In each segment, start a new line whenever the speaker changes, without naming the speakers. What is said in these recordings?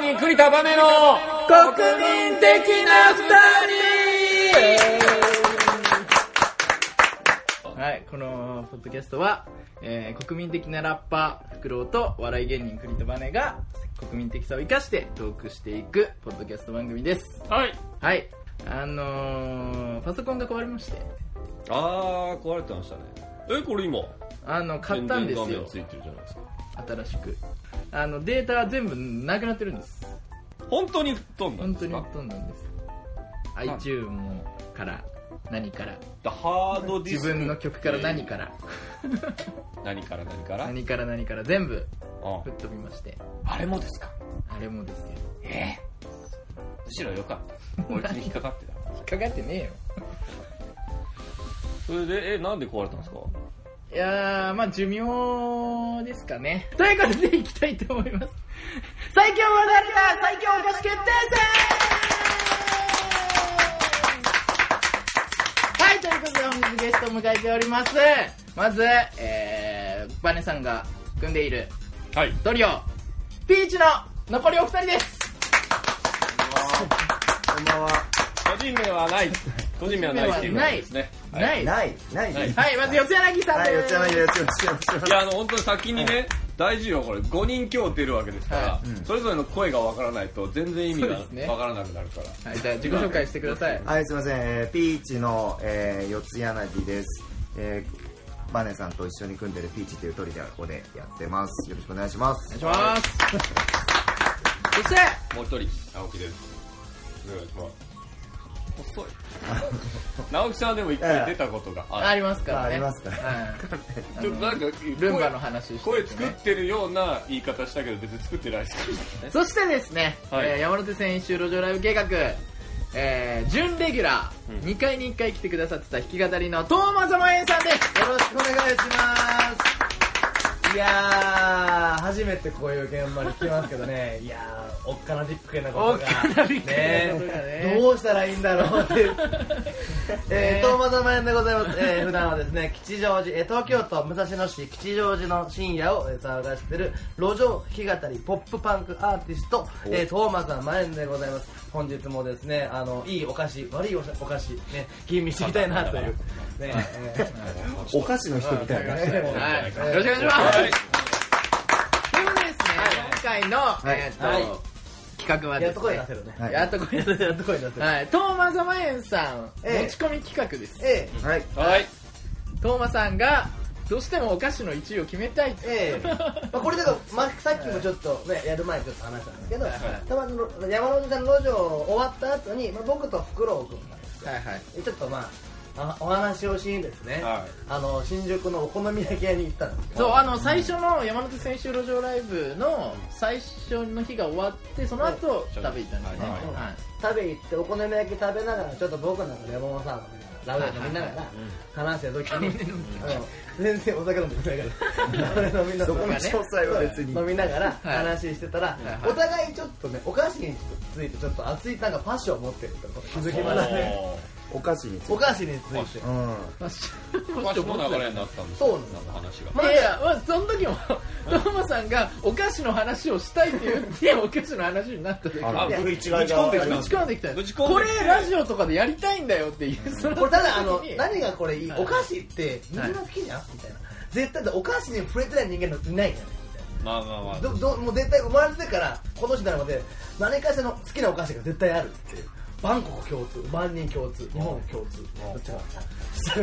に栗田バネの
国民的な二人はい、このポッドキャストは、えー国民的なラッパー、フクロウとお笑い芸人栗田バネが国民的さを生かしてトークしていくポッドキャスト番組です。
はい
はい、あのー、パソコンが壊れまして、
あー壊れてましたねえこれ今
あの、買ったんです
電源画面
よ、
ついてるじゃないですか
新しく。あの、データ全部なくなってるんです。
本当に吹っ飛んだ
本
んで
当
す
に
か
ほとんどなんです。iTunes もから、何から、
ハードディ
自
スク
分の曲から何から、
何から何から
何から何から全部
うん
吹っ飛びまして
あれもですか
あれもですよ
ええむしろよかったこいつに引っかかってた
引っかかってねえよ
それでえなんで壊れたんですか
いやーまあ寿命ですかねということでいきたいと思います最強は誰だ最強お菓子決定戦はいということで本日ゲストを迎えておりますまずえー、バネさんが組んでいる
はい
ドリオピーチの残りお二人です
こんばんは。
個人名はない個人名はないっていうことですねはい
ないは
ない、ない。
ない
いまず四柳さん
は
で
い、
す
よっちゃまです。よっちゃまです。
いやあの本当に先にね、大事よこれ5人今日出るわけですから、
は
それぞれの声がわからないと全然意味
そ
が
う
わ
ですね
からなくなるから、
はい、じゃあ自己紹介してください。
はい、すいません。えーピーチの、えー、四つ柳です。えー、バネさんと一緒に組んでるピーチというトリでここでやってます。よろしくお願いしま
お願い
す。
します。そして、
もう一人直樹ですお願いします細い 直樹さんはでも一回出たことがあ
あ
る
りますからね。
ありますから
はい。
ちょっとなんか
あのルンバの話して、
声作ってるような言い方したけど別に作ってないで すからね
そしてですね、
はい
えー山手線一周路上ライブ計画、えー、準レギュラー、
うん
2回に1回来てくださってた弾き語りのトーマザマエンさんです。 よろしくお願いし
いやー、初めてこういう現場に来ますけどね、いやー、おっかなびっくりなことが、
おっかなびっくりなことがね
ねどうしたらいいんだろうっていう、
ね
えー、東馬玉園でございます、えー、普段はですね、吉祥寺、えー東京都武蔵野市吉祥寺の深夜をえー騒がしてる路上弾き語りポップパンクアーティスト、えー、東馬玉園でございます。本日もですね、あの、いいお菓子、悪いお菓子、ね、吟味していきたいなという、ね、えー
お菓子の人みたいなね。
ます。はい。よろしくお願いします。ということでですね、今回の、
い
えーっと、
はい
企画は
や
で
っ
す
と声出せ
ね、
るね。
はい
やっと声出せる。
やっと声出せる。
はい、トーマザマエンさん、
ええ
持ち込み企画です。
え
はい。
はい
トーマさんがどうしてもお菓子の1位を決めたいと
えええまあ、これだと、まあ、さっきもちょっと、ね、やる前にちょっと話したんですけど、たまにの山手線の路上終わった後に、まあ、僕とフクロウ君がですね
はいはい
ちょっとまああお話をしにですね、
はい
あの新宿のお好み焼き屋に行ったんですけど
そうあの最初の山手選手路上ライブの最初の日が終わってその後
い
食べ行ったんですね、
はい
は
はいい
食べ行ってお好み焼き食べながらちょっと僕なんかレモンサワー飲みながらラブレ飲みながら話してる 時に うん全然お酒飲んでくれないから ラブレ飲みながら
どこの詳細は別に
飲みながら
はい
話してたら
はい
お互いちょっとねお菓子についてちょっと熱いなんかパッションを持ってるとこ 気づきましたね
お菓子につい
お
て。
菓子について
うん。
まあし
お
も
菓
し
子
思
も
った
流れ
ら
になったんです
そうなんです
なんか話が
まあ
いやいや、まあ、その時も、トーマさんがお菓子の話をしたいって言って、お菓子の話になった時に、
あ
いや
ぶち込んできた
ぶち込んできたよ
ぶち込んで
こ
きて
れ、ラジオとかでやりたいんだよっていう、その
これただあの
時に
何がこれいい
はい
お菓子ってみんな好きじゃんみたいな絶対だってお菓子に触れてない人間なんていないじゃん
まあまあまあ
どどもう絶対生まれてから今年になるまで何かしらの好きなお菓子が絶対あるっていうバンコク共通万人共通日本共通どっちか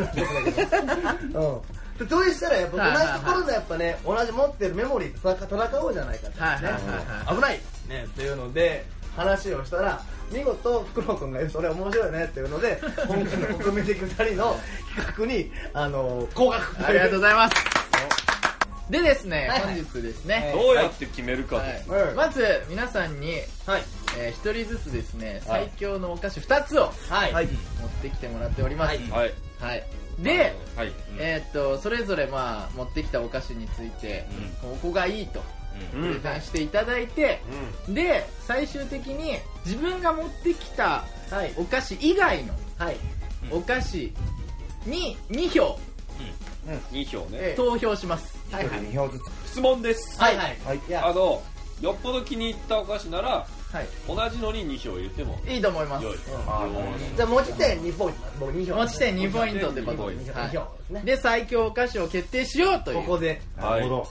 なうんでどうしたらやっ
はいはいは
ぱ
い
同じところでやっぱね同じ持ってるメモリーと戦戦おうじゃないかってね
はいはいはい
危ないねっていうので話をしたら見事フクロウ君がそれ面白いねっていうので今回の国民的2人の企画にあの合格
ありがとうご
い
ざいます。でですね、
はいはい
本日ですね、
どうやって決めるか
は
です、
い
はい
まず皆さんに、
ますはい
えー、1人ずつですね
は
最
い
強のお菓子2つを
はい、
はい。
持ってきてもらっております、はい
はい
で、
はい、
えーっとそれぞれ、まあ、持ってきたお菓子について、ここがいいと
うんうん
プレゼンしていただいて、で最終的に自分が持ってきた
はい
お菓子以外の
はい
お菓子に2票
2票ね、
ええ
投票します、
はいはい
2票ずつ。
質問です
はいはい。
はい
いや、
あのよっぽど気に入ったお菓子なら
はい
同じのに2票入れても
いいと思います
良い
あー
両方
じゃあ持ち点2ポイント僕2票
持ち点2ポイントってこと
二
で
ポイン
す、
ト二票ですね
で最強お菓子を決定しようとい
ここ
う
で
なるほど。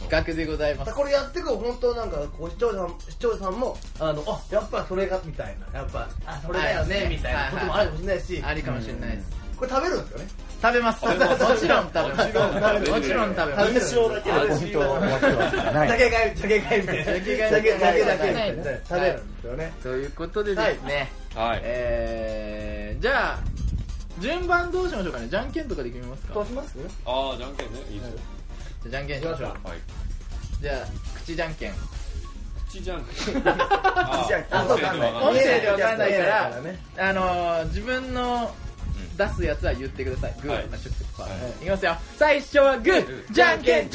企画でございます
これやってくと本当なんかこう視聴者さん視聴者さんもあのあやっぱそれがみたいなやっぱあそれだよ
は
ね
い
みたいなこともあるかもしれないし
ありかもしれないです、
これ食べるんですよね
食べます
食べます
もちろん食べます
もちろん食べる
もちろん食べま
食べ
す
る
印象だけはポイントを持ってはな
だ
い。
け買いだけ買いみたいな
だけ買い
だけだけだけ
はい
みたいな食べるんですよね
ということでですね、
はい
えー、じゃあ順番どうしましょうかねじゃんけんとかで決めますか
うします
ああじゃんけんねいいですよ
じゃあじゃんけんしましょう
はい
じゃあ口じゃんけん
口じゃんけんあ
じゃんけん
ー音声でわかんない
音声でわかんないか
見えないかららね
あのー自分の
うん
出すやつは言ってくださいグ
はい
ーなしょくパー
はい
いきますよ最初はグ
グ
ーじゃんけん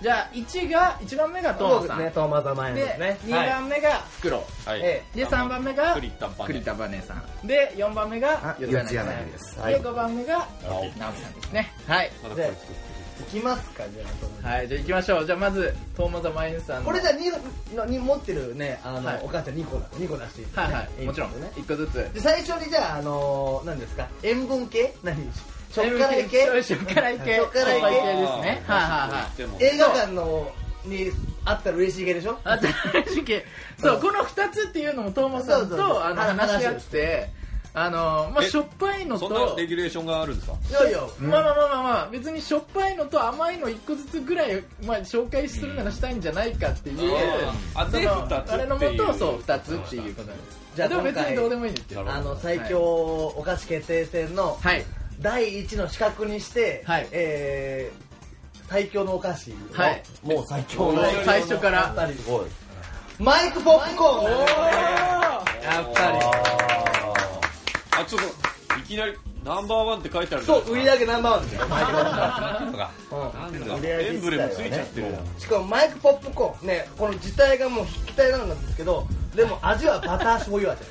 じゃあ1が1番目がト
そう
ーンさ
です
ん
ねトーマザマインで
で
すね
2番目がフクロ
はい
え
ウで3番目が
栗田バネ
栗田バネさんで4番目が
あ
よつやな
よつやな
ぎ
ぎ
で
ですす
で5番目が
青
ナオさんですねはい
まだこ
で
れ作って
いきますかじゃあ
はいじゃあ行きましょうじゃあまずトーマザマインさんの
これじゃあ2のに持ってるねあ
はい
のお母ちゃん2個だ2個出していいですか
はい
ね
はいもちろん
いいですよね
1個ずつ
で最初にじゃああのー何ですか塩分系何しょっからい系
しょっからい系
しょっから
しょっから
い系
い系ですねはいはいはい
いはい
映画館のにあったら嬉しい系でしょ
新しい系そうこの2つっていうのもトーマさん
そうそうそう
とあの
あの
話し合ってあのまあ
え
しょっぱいの
そんな
と
レギュレーションがあるんですか
いやいや
まあまあまあまあまあ別にしょっぱいのと甘いの1個ずつぐらいまあ紹介するならしたいんじゃないかっていう
あー
そ
で二つっていう
のあれのもとそう2つっていうことなんです
じゃあ
でも別
今
に
回
どうでもいいんですよ
あの最強お菓子決定戦の
はい
第一の資格にして、
はい
えー最強のお菓子を、
はい
もう最強の。
最初から
やっぱり
すごい。
マイクポップコーン
おーやっぱり
あちょっといきなりナンバーワンって書いてあるじゃ
そ
ないう
売り上げナンバーワンですよマイクポップコーン
なんだ
うん
なん
売
だ
り上げ
エンブレムついちゃってるな
しかもマイクポップコーンねこの自体がもう筆記体なんですけどでも味はバター醤油味
は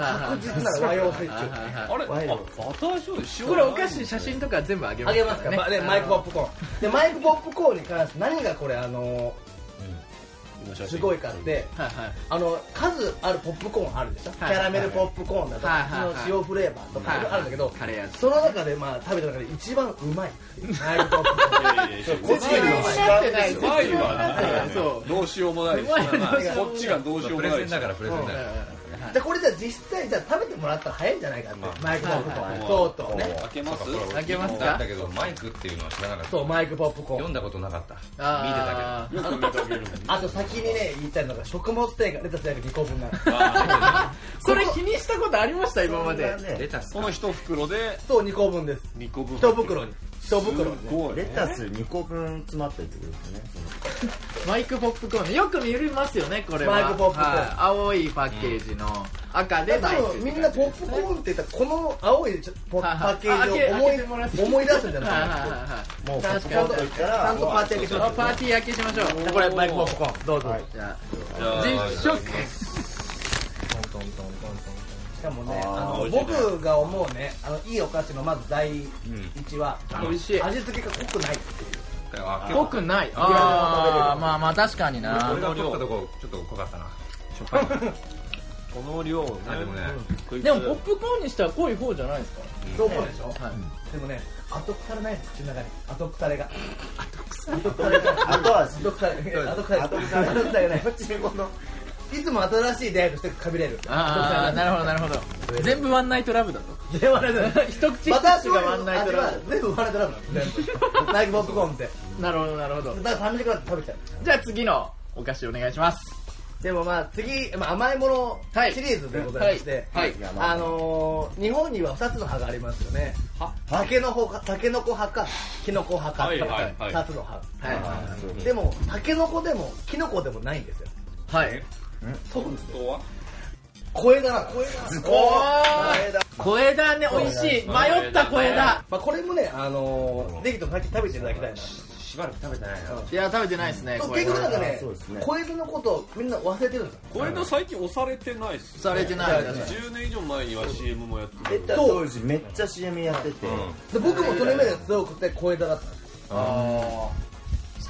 いは
確
い
実な和洋折
はい
衷
はいはい
あれあバ
ワイルド
ター醤油塩
これお菓子写真とか全部あげま
あ
す
げますか、まあね、マイクポップコーンでマイクポップコーンに関して何がこれあのーすごいかって
はいはい
あの数あるポップコーンあるでしょ、
はい
キャラメルポップコーンだとか、
はいはいはい
普通の塩フレーバーとか
はいはい
あるんだけど、
カレー味
その中で、まあ、食べた中で一番うまいっていうマイクポップコーン
こ
説明になってない説明になってないそう
どうしようもないし
うまいよどうしようもない
こっちがどうしようもないし
プレゼンだ
はい
から
じゃあこれじゃあ実際じゃあ食べてもらったら早いんじゃないかって、マイクポップコーン、
はいはい
とうとうね
開けます
開けます
だっ
か
たけどマイクっていうのは知らなかった
そうマイクポップコー
読
ン
んだことなかった見て
あ
よく見かけるのに
あと先にね言いたいのが食物繊維がレタスだけ2個分なの
あ
ーそれ気にしたことありました今まで
そんな
たけど
ね
レタス
この一袋で
そう2個分です
2個分
1袋に1袋に
す
ね
ごい
レタス2個分詰まってるってことですね。
マイクポップコーンよく見れますよねこれは
マイクポップコーン
はい青いパッケージの赤で
で多
マイク
分みんなポップコーンって言ったらこの青いちょポ
はい
ッパ
はい
ッケージ を
あ開け開けてもらって
思い思い出すんじゃ
はい
ない
はいは
もうポップ
確
コ
か
ー
に
ンと言った
ちゃんとパ
ら、
ーティー開けし
い
ま
あ
す
パーティー開けしましょう
これマイクポップコーンどうぞ、
はい
じゃ
じゃ
あ
あ
実食
しかもね
あー
あ
美
の
味しいね
僕が思うねあのいいお菓子のまず第一は、
美味しい
味付けが濃くないっていう
あ
濃くないああまあまあ確かにな
俺が取ったとこちょっと濃かったな
この量ね
あでもね
でもポップコーンにしては濃い方じゃないですか
そう思うでしょ、
はい
でもね後腐れないです口の中に後腐れが後腐れが
後味。
後腐れが後腐れが後
後
腐れが
味。
だよねいつも新しい出会いとしてかびれる
ああなるほどなるほど全部ワンナイトラブだと
ほど言われる
一口一
バター
口
醤
が
油
ワン
の
ナイト
味
ラ
は全部割れてラブなんです全部ナイフポップコーンって
ブなるほどなるほど
だから3時間食べちゃう
じゃあ次のお菓子お願いします
でもまあ次、まあ、甘いもの
はい
シリーズでございまして、
はい
いやま
あのー、日本には2つの葉がありますよね
は
たけのこかたけのこ派かきのこ派か
はいはいはい
2つの葉
はい
あそう
でもたけのこでもきのこでもないんですよ
はい
そう
本当は
小枝な小枝
おー小枝ね美味しい迷った小枝
まあ、これもね、あのー、ぜひともさっき食べていただきたいな
しばらく食べてないない
や食べてないですね
そう
小
結
枝
局なんかね
そうですね
小枝のことをみんな忘れてるんですよ
これの最近押されてないっす
されてないですね
10年以上前には CM もやって
出た当時めっちゃ CM やってて、
で僕もそれ目が強くて小枝だったんです
あ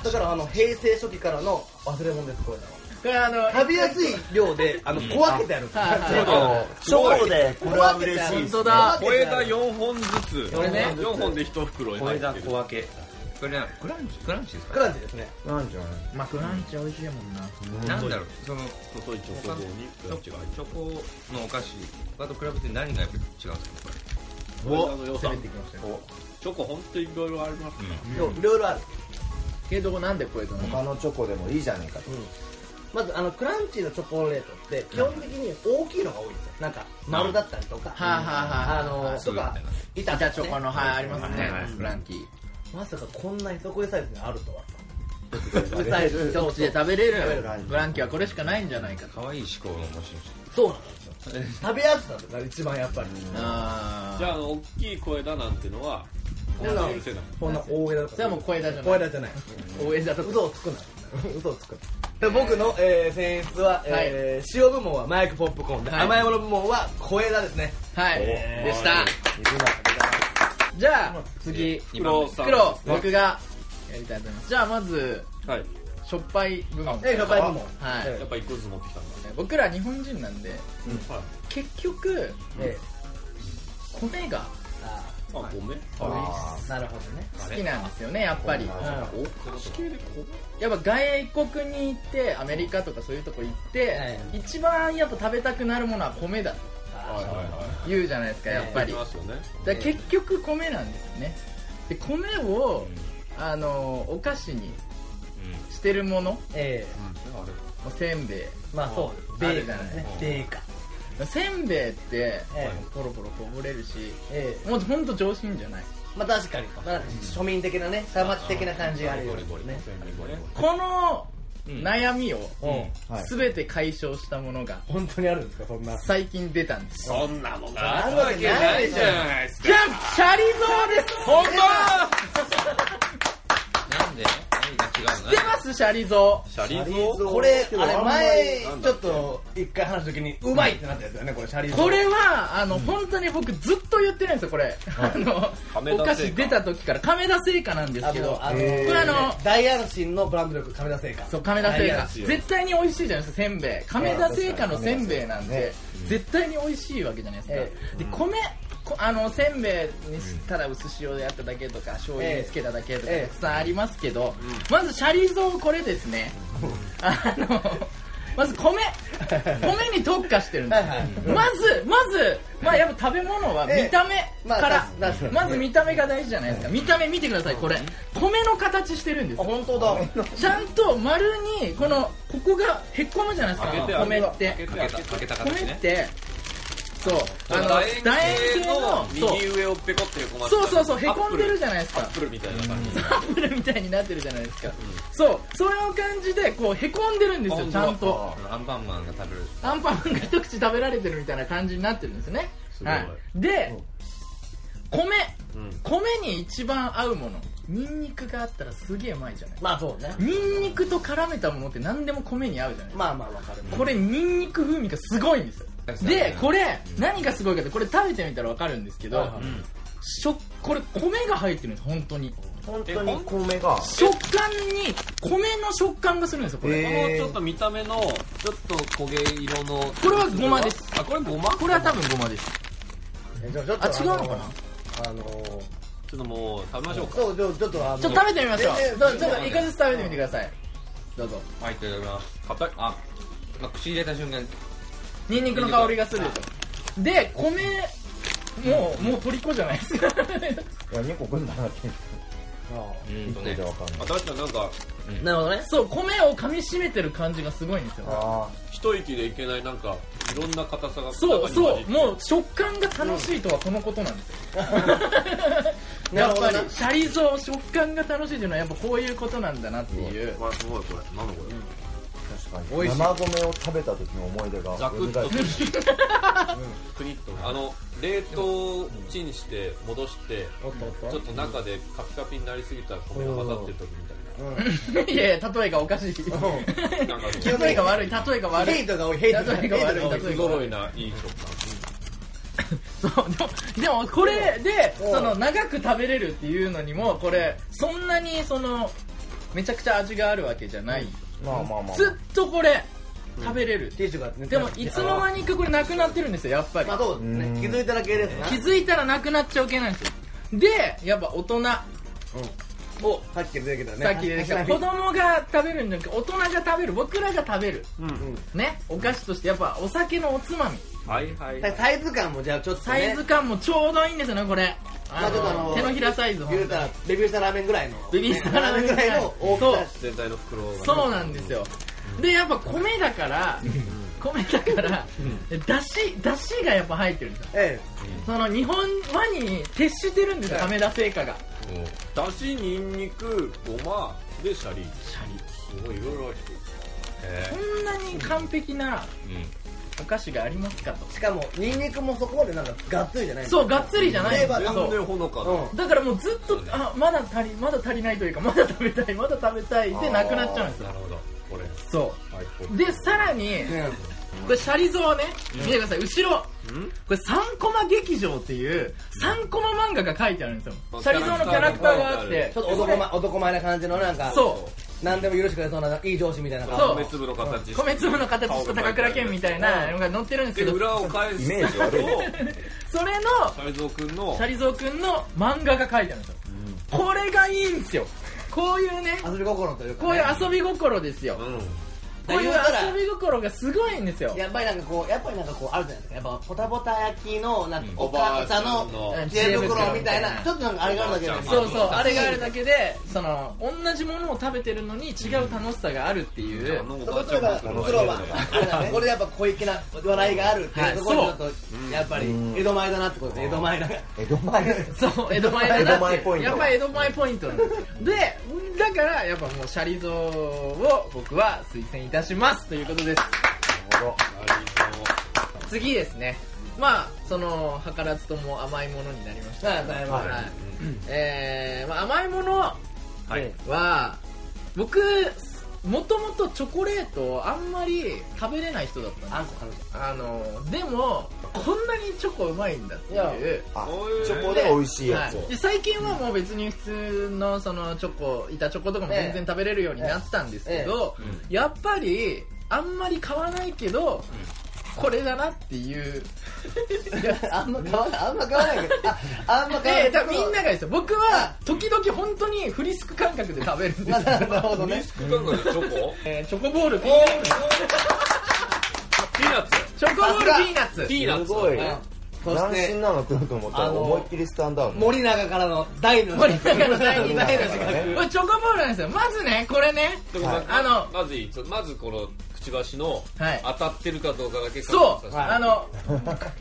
だからあの平成初期からの忘れ物ですこれ
これあの
食べやすい量であの小分けてあるんです
はいはい
ちょっと、超で、これは嬉しいです、ね。
本当だ
小枝4本ずつ
これね
4本で1袋に
小
入って
枝
る
小分けこれなクランチクランチです
ク
か
ランチですね
なんじゃ
まあクランチ美味しいもんな
なんだろうその
細いチョコ棒にクランチが入って
チ
る
ョコのお菓子他と比べて何がやっぱり違うんですかこ
小枝の良さ
攻めてきましたよ
チョコ本当にいろいろあります
れ、うん
いろいろいろある
けどなんでこれとの
他のチョコでもいいじゃねえかと。
まずあのクランチのチョコレートって基本的に大きいのが多いんですよなんか丸だったりとか、
はあはあ
あ
は
の
そ
と
うだ
か
ね
板
板チョコ
ね
のはいありますね
はい
フランキー
まさかこんな底サイズにあるとはうるさい
一口で食べれ
食べれ
る
る
フランキーはこれしかないんじゃないかと
可愛い思考の持ち主
そうなんですよ食べやすさってなる一番やっぱり
あ
じゃああの大きい小枝なんてのは
こんな
許せない
こんな大枝とか
それはもう小枝じゃない
小枝じゃない
応援だと
嘘をつくな嘘をつくなで僕の、えー、選出は、えー塩部門はマイクポップコーンで、
はい
甘いもの部門は小枝ですね
はい
おー
でしたじゃあ次
袋さん
黒僕がやりたいと思いますじゃあまず
はい
しょっぱい部門
えー、甘い部門
はい
え
やっぱ1個ずつ持ってきたんだ
僕ら日本人なんで
はい
結局
え
米が
あ
あごめん
あ
ーなるほどね
好きなんですよねやっぱり、
あれ
うん
お菓子系で米
やっぱ外国に行ってアメリカとかそういうとこ行って、
はい
一番やっぱ食べたくなるものは米だと
はいはいはい
言うじゃないですかやっぱり、
い
だ
ま
か
すよね
ら結局米なんですよねで米を、あのお菓子にしてるもの
え
あれ
おせんべい
えまあそうです
あ
米
るじゃない
ですね米価
せんべいって、
え
ポロポロこぼれるし
え
もうほんと上品じゃない
えまあ確かに、まあ、庶民的なね下町的な感じがあるようですね
この
うん
悩みを
ーはい。
全て解消したものが
本当にあるんですかそんな
最近出たんです
そんなもんが
あ
あ
る
る
わ
わ
け
け
な
ないい
じ
じ
ゃ
ゃないです
キャ
か
ンプシャリゾーです本
なんで何が違う
知
の
ってますシャリゾ
シャリ
ゾ
ゾ
これ
けど
あれ
あんまり
前
なん
ち
だ
ょっと一回話した時にうまいってなったやつだよねこれシャリ
ー
ゾ
これはあの、本当に僕ずっと言ってるんですよこれ、あ
亀
のお
田
菓
製菓
子出た時から亀田製菓なんですけど
あの、
これあの
大安心のブランド力亀田製菓
そう亀田製菓
すよ
絶対に美味しいじゃないですかせんべい亀田製菓のせんべいなん
え
で絶対に美味しいわけじゃないです
え
かで米こあのせんべいにしたら薄塩でやっただけとか醤油につけただけとか
ええ
たくさんありますけどまずシャリゾーこれですねあのまず 米米に特化してるんで
はいはい
すまずまずまあやっぱ食べ物は見た目
まあ
から
確かに
まず見た目が大事じゃないですか見た目見てくださいこれ米の形してるんですよ
本当だ
ちゃんと丸にこのここがへっこむじゃない
開け
です
て
か米っ
開け
て
て開
開けた
け
開けた
米
形ね
ってそうあの楕円形の
楕円形
そ
右上をペコってへこま
う
せた
そうそうそうへこんでるじゃないです
ア
か
ップルみたいな感じ
アップルみたいになってるじゃないですかそうそれを感じでこうへこんでるんですよちゃんと
アンパンマンが食べる
アンパンマンが一口食べられてるみたいな感じになってるんですよね
すごい
はいで米
うん
米に一番合うものニンニクがあったらすげ えうまいじゃない
まあそうね
ニンニクと絡めたものって何でも米に合うじゃない
まあまあわかる
これニンニク風味がすごいんですよ
確かに
でこれ何がすごいかってこれ食べてみたら分かるんですけ
は
ど
いはい
しょこれ米が入ってるんです本当に
本
え
当
ほ
に
ん
米が、
食感に米の食感がするんですよこれ、
え
このちょっと見た目のちょっと焦げ色の
これはごまです
あこれごま
これは多分ごまです
えじゃあちょっと
あ違うのかな
あのー
ちょっともう食べましょうか
そうちょちょっとあの
ちょっと食べてみましょう
ええ
どうちょっと一回ずつ食べてみてくださいどうぞ
はいいただきます硬いあ、まあ、口入れた瞬間
ニンニクの香りがするでしょで米もうもう虜じゃないです か
いや、2個組んだなって。
うん
1個
とね
じゃわかんない。
あ確かになんか
なるほどね
そう米を噛み締めてる感じがすごいんですよ
あ
一息でいけないなんかいろんな硬さが
そうそ
中
う
に混じって
もう食感が楽しいとはこのことなんですよ、
うん
やっぱ
なるほど
り
ね
シャリゾー食感が楽しいというのはやっぱこういうことなんだなっていう
これすごいこれなんだこれ
あ、確
美味
か
しい
に。生米を食べた時の思い出が。
ザクッと
蘇って
クニッとあの冷凍チンして戻して
おっとおっ
ちょ
と
っと中でカピカピになりすぎたら米が混ざってる時みたいな
いやいや例えがおかしい
なんか
例えが悪い例えが悪い
ヘイトが多いヘイトが多
ヘ
い
イトが多い
ヘイトが多い
不揃いないい食感
そうでもでもこれで
うん
その長く食べれるっていうのにもこれそんなにそのめちゃくちゃ味があるわけじゃない、
まあまあまあ
ずっとこれ食べれる、
ティッシュが
でもいつの間にかこれなくなってるんですよやっぱり
まあそうで
う
すね
ん
気づいただけですな
気づいたらなくなっちゃいけないんですよでやっぱ大人を
さっき出てきたね
さっき出てきた子供が食べるんじゃなくて大人が食べる僕らが食べる
うん
ねお菓子としてやっぱお酒のおつまみ
はいはい
だからサイズ感もじゃあちょっとね
サイズ感もちょうどいいんですよねこれ
まあちょっとあの
手のひらサイズ
言うたらレビューしたラーメンぐらいの
ベビースターラーメンぐ
ぐら
ら
い
い
の
の
大きさ
そう
全体の袋がね
そうなんですよでやっぱ米だから米だからだしだしがやっぱ入ってるんですよ
え
その日本和に徹してるんですよ亀田製菓が
だしにんにくごまでシャリシャリすごいいろいろ入ってる
こ
へ
んなに完璧なお菓子がありますかと
えしかもニンニクもそこまでなんかがっつりじゃない
そううがっつりじゃないんです
うん
よ
全
そ
然
う
ほのか
うん
だからもうずっとあまだ足りまだ足りないというかまだ食べたいまだ食べたいでなくなっちゃうんです
な
よ
なるほどこれ
そ
はいこ
う
れ
でさらに
うん
これシャリ像ね見てください後ろこれ3コマ劇場っていう3コマ漫画が書いてあるんですよシャリ像のキャラクターがあって
ちょっと男前男前な感じのなんか
そう
何でも許してくれそうないい上司みたいな感じ
そう
米粒の形
米粒の形した高倉健みたいなのが載ってるんです
で
けど
裏を返す
イメージ悪い
それの
と太蔵君の
シャリゾウくんの漫画が書いてあるんですよ、これがいいんですよこういうね
遊び心というか、
こう
ね、
いう遊び心ですよ、
うん
こういう遊び心がすごいんですよ
やっぱりなんかこうやっぱりなんかこうあるじゃないですかやっぱポタポタ焼きのなんかお母さん
おばあちゃ
の
んの
知恵袋みたいなちょっとなんかあれがあるだけじゃないですか
そうそうあれがあるだけでその同じものを食べてるのに違う楽しさがあるっていう、
あのお
そ
ば
こ
あ
と
ちゃん
が
の
プ
袋
ロはあれだねこれやっぱ小粋な笑いがあるっていうところ
は
に
い
ちょっとやっぱり江戸前だなってことですね江戸前だね
江戸前
そう江戸前だな
江戸前
っ
ポイン
て
ト
やっぱ江戸前ポイントなんですよでだからやっぱもうシャリ像を僕は推薦いたしますということです次ですねまあその計らずとも甘いものになりました
はいはいはい
はいえーまあ、甘いものは、
はい
僕もともとチョコレートをあんまり食べれない人だったんです
あんこ買う
あのでもこんなにチョコうまいんだっていう
あ
こういう
チョコで美味しいやつ
は
を
いで最近はもう別に普通のそのチョコ板チョコとかも全然食べれるようになったんですけど、
えええ
やっぱりあんまり買わないけど、これだなって いう
あんま買わないあんま買わないけどああんま買わな
で
い
多分みんながですよ僕は時々本当にフリスク感覚で食べるんですよ、
なるほどね
ミスク感覚でチョコ
えーチョコボールピー
ピーナッツ
チョコボールピーナッツ
ピーナッツ
すごい
そし
斬
て
新なの来ると思ったら思いっきりスタンダード
森永からの大の
森永の第2第の
の
時
時
間
間
これチョコボールなんですよまずねこれね
でもなんか
あの
まずいいつまずこのくちばしの
はい
当たってるかどうかだけ確認さ
そ
せ
う、
て
あの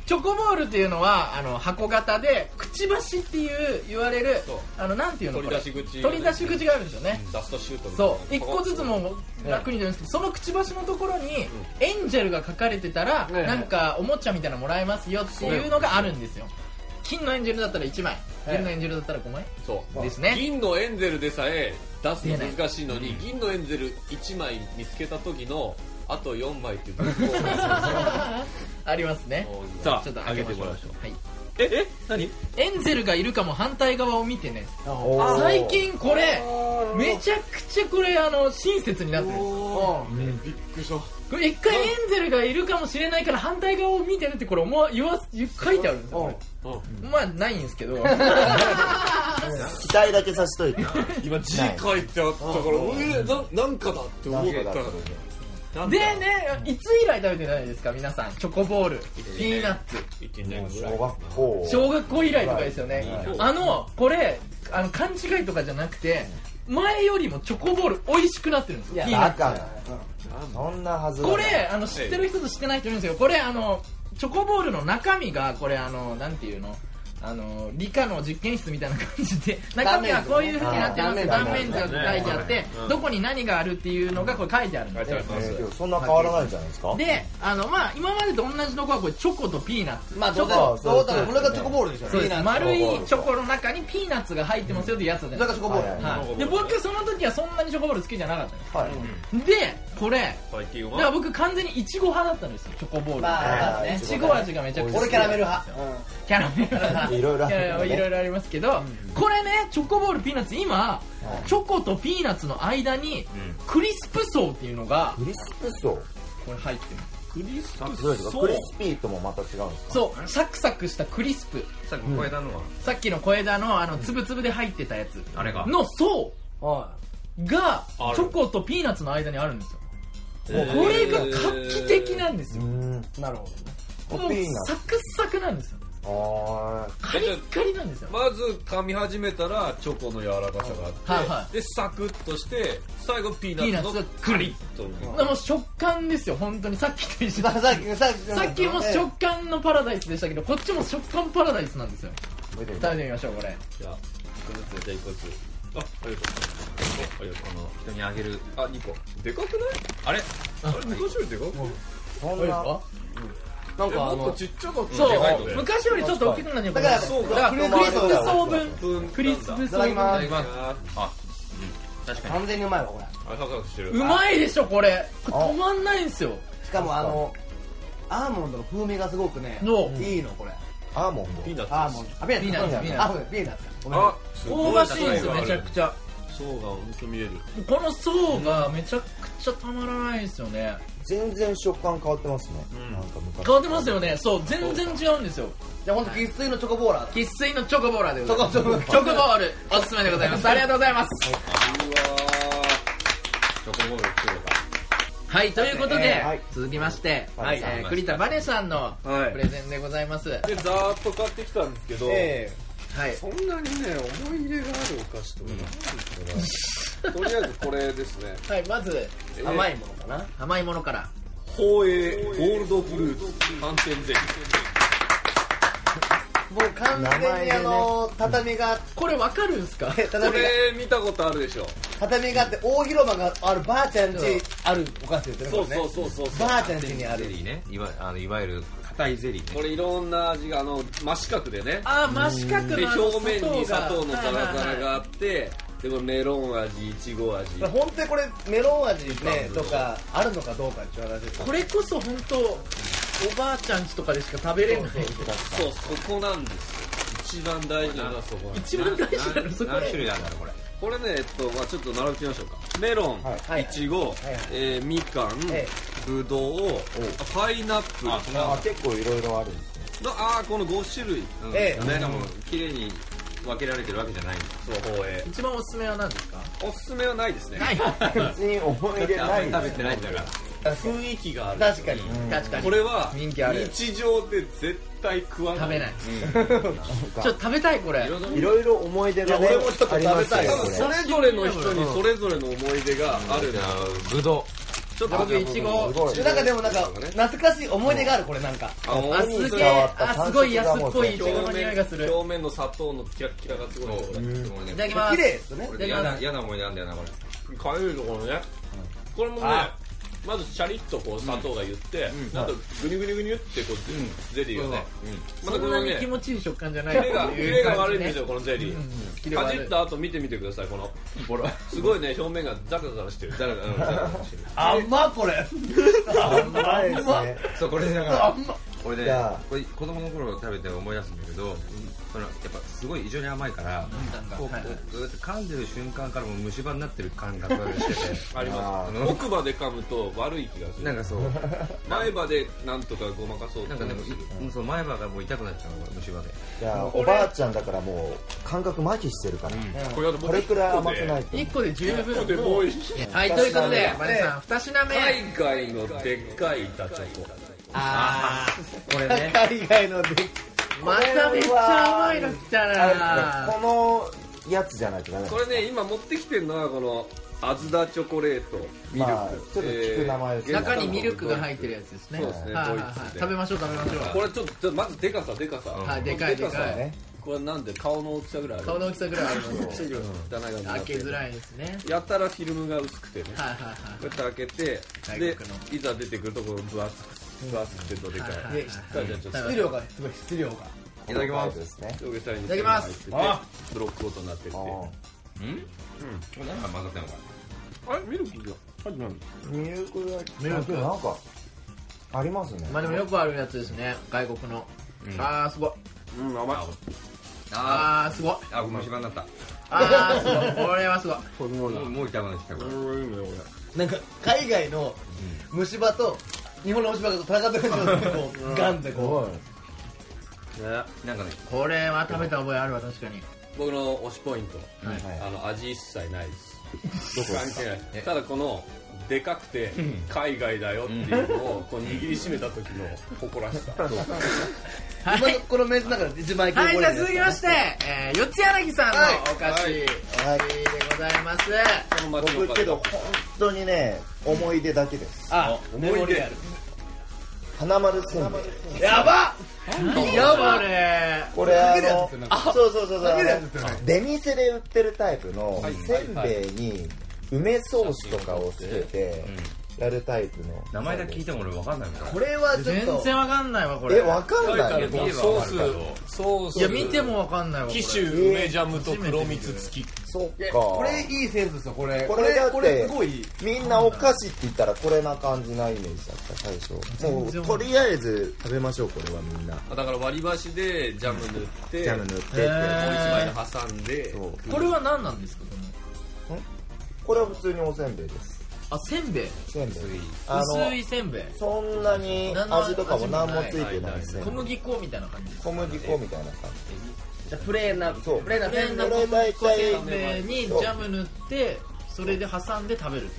チョコボールっていうのはあの箱型でくちばしっていう言われる
そう
あのなんていうのこれ
取り出し口
取り出し口があるんですよね、
ダストシュートみたいな
そう一個ずつもう楽に出るんですけどそのくちばしのところにエンジェルが書かれてたら
ね
なんかおもちゃみたいなのもらえますよっていうのがあるんですよ金のエンジェルだったら1枚
ええ
銀のエンジェルだったら5枚
そう
ですね
銀のエンゼルでさえ出すの難しいのに銀のエンゼル1枚見つけた時のあと4枚っていう絶望感
ありますね
さあ
ちょっと開けましょう
開けても
はい
ええ何
エンゼルがいるかも反対側を見てね
おー
最近これめちゃくちゃこれあの親切になってる
びっくりした
これ一回エンゼルがいるかもしれないから反対側を見てねってこれ思わ言わす言う書いてあるんですよこれまあないんですけど
期待だけさしといて
今字書いてあったから俺ななんかだって思ったなん
で
だ
ねいつ以来食べてないですか皆さんチョコボールピーナッツ
1年ぐらい
小学校
小学校以来とかですよね
はい
あのこれあの勘違いとかじゃなくて前よりもチョコボール美味しくなってるんですよピーナ
だ
ッツ
からそんなはずがない
これあの知ってる人と知ってない人いるんですけどこれあのチョコボールの中身がこれあのなんていうのあの理科の実験室みたいな感じで中身はこういうふうになってますよ
断
断
面
面
図
図
ね
が書いてあってどこに何があるっていうのがこれ書いてあるんです
書いてあり
え
ます
ーでもそんな変わらないんじゃないですか
であのまあ今までと同じとこはこれチョコとピーナッツ
まあどうだ
そ
ろ
う
う
そう
どうだろうこれがチョコボールでしょ
そうです丸い
チョコボール
チョコの中にピーナッツが入ってますよってやつだ
そ
ね
れがチョコボール
はい
はいで僕その時はそんなにチョコボール好きじゃなかったんで
はい
すでこれ
最近
だから
は
僕完全にイチゴ派だったんですよチョコボール
まあ
あー
いちご味がめちゃくちゃ好き
俺キャラメル派
キャラメル派
いろいろ
い
あるから
や
ね
いやいろいろありますけど、これねチョコボールピーナッツ今チョコとピーナッツの間にクリスプ層っていうのが
クリスプ層
これ入ってます
クリスプ
どうですか
ソ
クリスピーともまた違うんですか
そうサクサクしたクリスプ
さっき超えたのは、
さっきの小枝のあのつぶつぶで入ってたやつ
あれが
の層
は
が
ある
チョコとピーナッツの間にあるんですよ
えー
これが画期的なんですよ
ん
い。なるほ
コ
もう
ピーな
サクサクなんですよ
あ
カリッカリなんですよ
まず噛み始めたらチョコの柔らかさがあって、
はいはい
でサクッとして最後ピーナッツの
ピーナッツが
カリッと
もう食感ですよ本当にさっきと一緒
ど。
だ
さっき、さっき、
さっきも食感のパラダイスでしたけどこっちも食感パラダイスなんですよ
ー見てみ
食
た
べてみましょうこれ
じゃあ一個ずつじゃあ一個ずつあありがとうありがと
この人にあげる
うあ二個でかくない
あれ
あれ昔よりでかくない
そ
どうんです
な
か
なん
え
かあ
もっと
の、
ちっちゃかった
そ
でかいうとね
昔よりちょっと大きくなるよ
だから、
そう
だ
ク
か
リ
ら
スプ
だから
層分
分
クリスプ層
なんだ
分
いただ
い
き
ま
ます
あうん確かに
完全にうまいわ、これ。
あサクサクしてる
うまいでしょこれこれ止まんないんですよ
しかもあの、アーモンドの風味がすごくね、
の
いいの、これ。
アーモン
ピーナッツ
アーモンド。あ、ビーナッツ
ピ
ーナッツ
あ、そうだビーナッツか。ごめん
あすご
香ばしいんですよめちゃくちゃ
そうがほんと見える
この層がめちゃくちゃたまらないですよね
ド全然食感変わってますね、
ん
なんか昔
変わってますよねそう全然違うんですよ
じゃあほんと生粋のチョコボーラー
生粋のチョコボーラーでございます
チョコボーラー
チョコボールおすすめでございますありがとうございます
チョコボール
はいということで、
えーはい
続きまして、
はい
えー栗田バネさんの
はい
プレゼンでございます、
でざーっと買ってきたんですけど、
え
はい
そんなにね思い入れがあるお菓子とかないですから、とりあえずこれですね
はいまず
え。甘いものかな。
甘いものから
宝永ゴールドフルーツ寒天ゼリ
もう完全にあの、畳があっ
これわかるんすか
て、
ーこ
畳が、
れ見たことあるでしょ
畳があって、大広場があるばあちゃん
そう
家あるお菓子です
そ
よね、
う
こ
そ
れね
うそうそうそう
ばあちゃん家にあ
ゼ
る
リ。ーねいわあのいわゆる硬いゼリー
こ
ね
れいろんな味があの真四角でね
あー真四角
で
のあの
表面に砂糖のザラザ
は
ラ
いはい
があってでこれメロン味いちご味
これ本当にこれメロン味ねとかあるのかどうかっていう話ですよ
これこそ本当おばあちゃんちとかでしか食べれない
そうそこなんですよ一番大事なのはそこなんです
一番大事なの
何
そこ
何種類あるんだろうこれ
これねえっと、まあ、ちょっと並べてみましょうかメロン、
はい
はい
いちご
いはい、
えーみかん、
え
ぶどうパイナップル
あそんな
あ結構いろいろあるんですね
のあーこの5種類
うん
ええ
ねでも綺麗に分けられてるわけじゃないんだ
そう放映
一番おすすめは何ですか
おすすめはないです ね
ない
別に思い入れ
あ
なんい
まり食べてないんだから
雰囲気がある
確かに
確かに
これは
人気ある
日常で絶対食わない
食べない
なんか
ちょっと食べたいこれ
いろいろ思い出がね
いや俺もちょっと
あります
食べたい
よ
多
こ
分
れ
それぞれの人にそれぞれの思い出がある
じ
な
ゃあぶど
ちょっと
僕いちご
すごい
なんかでもなんか懐かしい思い出があるこれなんか
あの
あすげえあすごい安っぽいいち
表
ごの匂いがする
面表面の砂糖のキラッキラがすごいこ
うもうね
いただきます
綺麗ですね
これ嫌な嫌な思い出なんだよなこれ
れかゆいところねこれもね
あ
まずシャリッとこう砂糖が言って、あとグニグニグニってこう、ゼリーがね、ま
そ
たこ
ん
の
なに
ね
気持ちいい食感じゃない
キレがキレが悪いんです
よ
よこのゼリー、
キレ
か
悪
じ
い
った後見てみてくださいこの
ボロ
すごいね表面がザラザラしてる
だらうんだらしてる
甘っこれ
甘いですね
そうこれだからこれ
い
で
や
これ子供の頃食べて思い出すんだけどそのやっぱすごい異常に甘いからこうこうこうやって噛んでる瞬間からもう虫歯になってる感覚がしてて
ありま
あ
す
ー
奥歯で噛むと悪い気がす
な
る
んかそう
前歯でなんとかごまかそう
なんかねもういうんそう前歯がもう痛くなっちゃうの俺虫歯で
いやおばあちゃんだからもう感覚麻痺してるから、
これだと
これくらい甘くないと
1個で十分
僕でもう一個
はいということでバネさん2品目
海外のでっかい板チョコ
あーこれ ね
海外ので
まためっちゃ甘いの来た
あれ
な
ですねこのやつじゃないとダメなん
こ
です
れね今持ってきてるのはこのあずだチョコレートミルク、
まあちょっと聞く名前ですね
中にミルクが入ってるやつですね
そうです
は
ね
いはい
ドイ
はい
ツで
食べましょう食べましょう
これちょっとちょっとまずでかさでかさ、
はいでかいで
これ
かい
ね
これなんで顔の大きさぐらいある
顔の大きさぐらいあります
ちっちゃいぐらい汚い感じにな
開
って
けづらいですね
やたらフィルムが薄くてね、
はいはい
こうやって開けて
外
で
国の
いざ出てくるところ分厚く分厚くてどでかい、
はいはい
で
さあじゃあちょっと
はい
質量がすごい質量が
いただきます
ですね
上下に
いただきます
線が入
あ
っててブロックごとになってて
あ
うんうんこれ何が混ざってんのこ
あれミルクが入ってない
ーミルクが
ミルク
なんかありますね
まあでもよくあるやつですね外国のあーすごい
うん、甘い。
あ
あー、すごい。
ーあ虫歯になった
あー、すごい。これはすごい。
これもう
もうもう痛くなってきたこ
これ
れ
もいいんだよ、こ
なんか海外の虫歯と日本の虫歯が戦ってるんですよこうガンでこ
なんかね
これは食べた覚えあるわ、確かに。
れ。僕の推しポイント。
はい
はい
あの、味一切ないです。
どこ
関係ない。ただこの、でかくて、海外だよっていうのを、こう握りしめた時の誇らしさ。
う
は
今の
い。
このメンツの中で一番
はい、じゃあ続
覚
き
え
まして、えー、四つ柳さんのお菓子、お
はい
はい
菓子でございます。
その街の
僕けど本当にね思い出だけです
あ、
思い出
メモリアル。
花丸せんべい
やば
やばれ。
これあ
けるや
の
つですよね
そうそうそうそう
けるやつですよね
あの出店で売ってるタイプのせんべいに梅ソースとかをつけてやるタイプの
名前だけ聞いても俺分かんないもん
これはちょっ
全
と
然わかんないわ、これ。
えわかん
書いてあ
ない
る
見
こ
れ
う
ば
ソ
わかるけど
ース、ソース。
いや、見てもわかんないわ、これ。
紀州梅ジャムと黒蜜付き。
そっか
これいいセンスですよこれ
これだって
これすごい
みんなお菓子って言ったらこれな感じなイメージだった最初もうとりあえず食べましょうこれはみんな
あだから割り箸でジャム塗って、
ジャム
もう
塗ってって
へー
一枚で挟んで、
そう
これは何なんですかこの
これは普通におせんべいです
あ、せんべい。
せんべいあの
薄いせんべい。
そんなに味とかも何もついてないせんべ
小
い
麦粉みたいな感じ。
小麦粉みたいな感
じゃあプレーンな
じそう
プレーンな
プレーンな
セ
こ
ン
れ大体
せんべいにジャム塗って、それで挟んで食べるって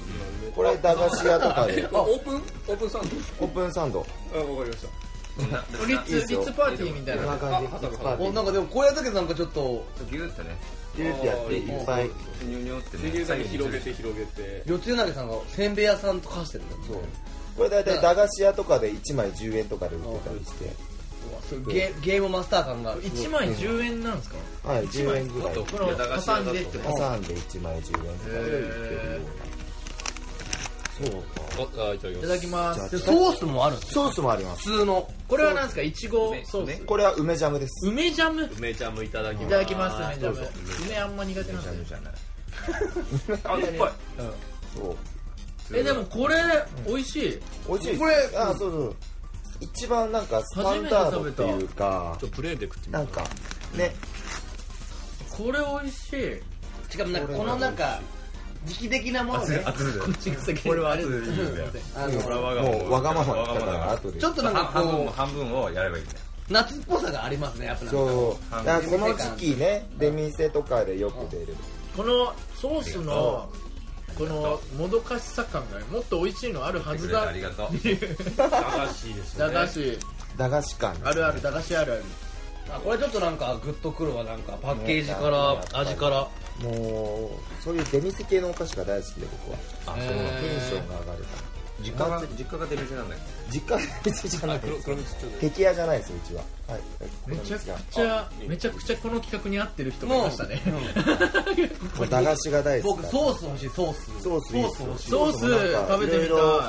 こ
これ駄菓子屋とか で
あオープンオープンサン
オープンサンド
ドあわかりました。
と。リッツ、
いい
リ
っすよ
ッツパーティーみた
こ
い
んな
な。
感じ
あ
おなんかでもこれやったけどなんかちょっと
ギューッとね
ギューってやっていっぱい
ニョニョってね
できるだけ広げて広げて。
四つ柳さんがせんべい屋さんと化してるんだ
そうこれ大体駄菓子屋とかで1枚10円とかで売ってたりして
そうゲゲームマスター感がある
1枚10円なんですか
はい10円ぐらい
この挟んでってこと
挟んで1枚10円とかで売ってるよそうか
おあいただき
いた
ま
だきま
す。
じゃあ
す。
でソースもあるんですよ
ソースもあります
普通の
これは何ですかいちごソース。
これは梅ジャムです
梅ジャム
梅ジャムいただきます。
いただきます、梅ジャ
ど
ム
うぞ。
梅あんま苦手なんで。
あ、いっぱい。
そう
え、でもこれ、美味しい。
美味しいです
これ
あそうそう一番なんかスタンダードっていうか
ちょっとプレーンで食ってみ
なんかね
これ美味しい。
しかもなんかこのなんか時期的なものね
熱い
こっちが先に
これは熱いんだよ
あ
も
の
うわがままだから後で
ちょっとなんか
半分
こ
半分をやればいいんだよ
う夏っぽさがありますねやっぱなんか
そうだからこの時期ね出店とかでよく出る
このソースのこのもどかしさ感がもっと美味しいのあるは
く
ず
れて
だ
ありが とう
駄菓子ですね。
駄菓子
駄菓子館
あるある駄菓子あるある
あこれちょっとなんかグッとくるわなんかパッケージから味から
もうそういう出店系のお菓子が大好きで僕は
あ
へ
そう
ー
テンションが上がるか
実家が実家が出店なんだけ
ら実家の店じゃな
あ
い
黒黒蜜ちょっと。
敵屋じゃないですうちははい
めちゃくちゃめちゃくちゃこの企画に合ってる人がいましたね
もう駄菓子が大好き
僕
だ
ソース欲しいソース
ソースいいっすよ
欲しい
ソース食べてみたい
いろいろ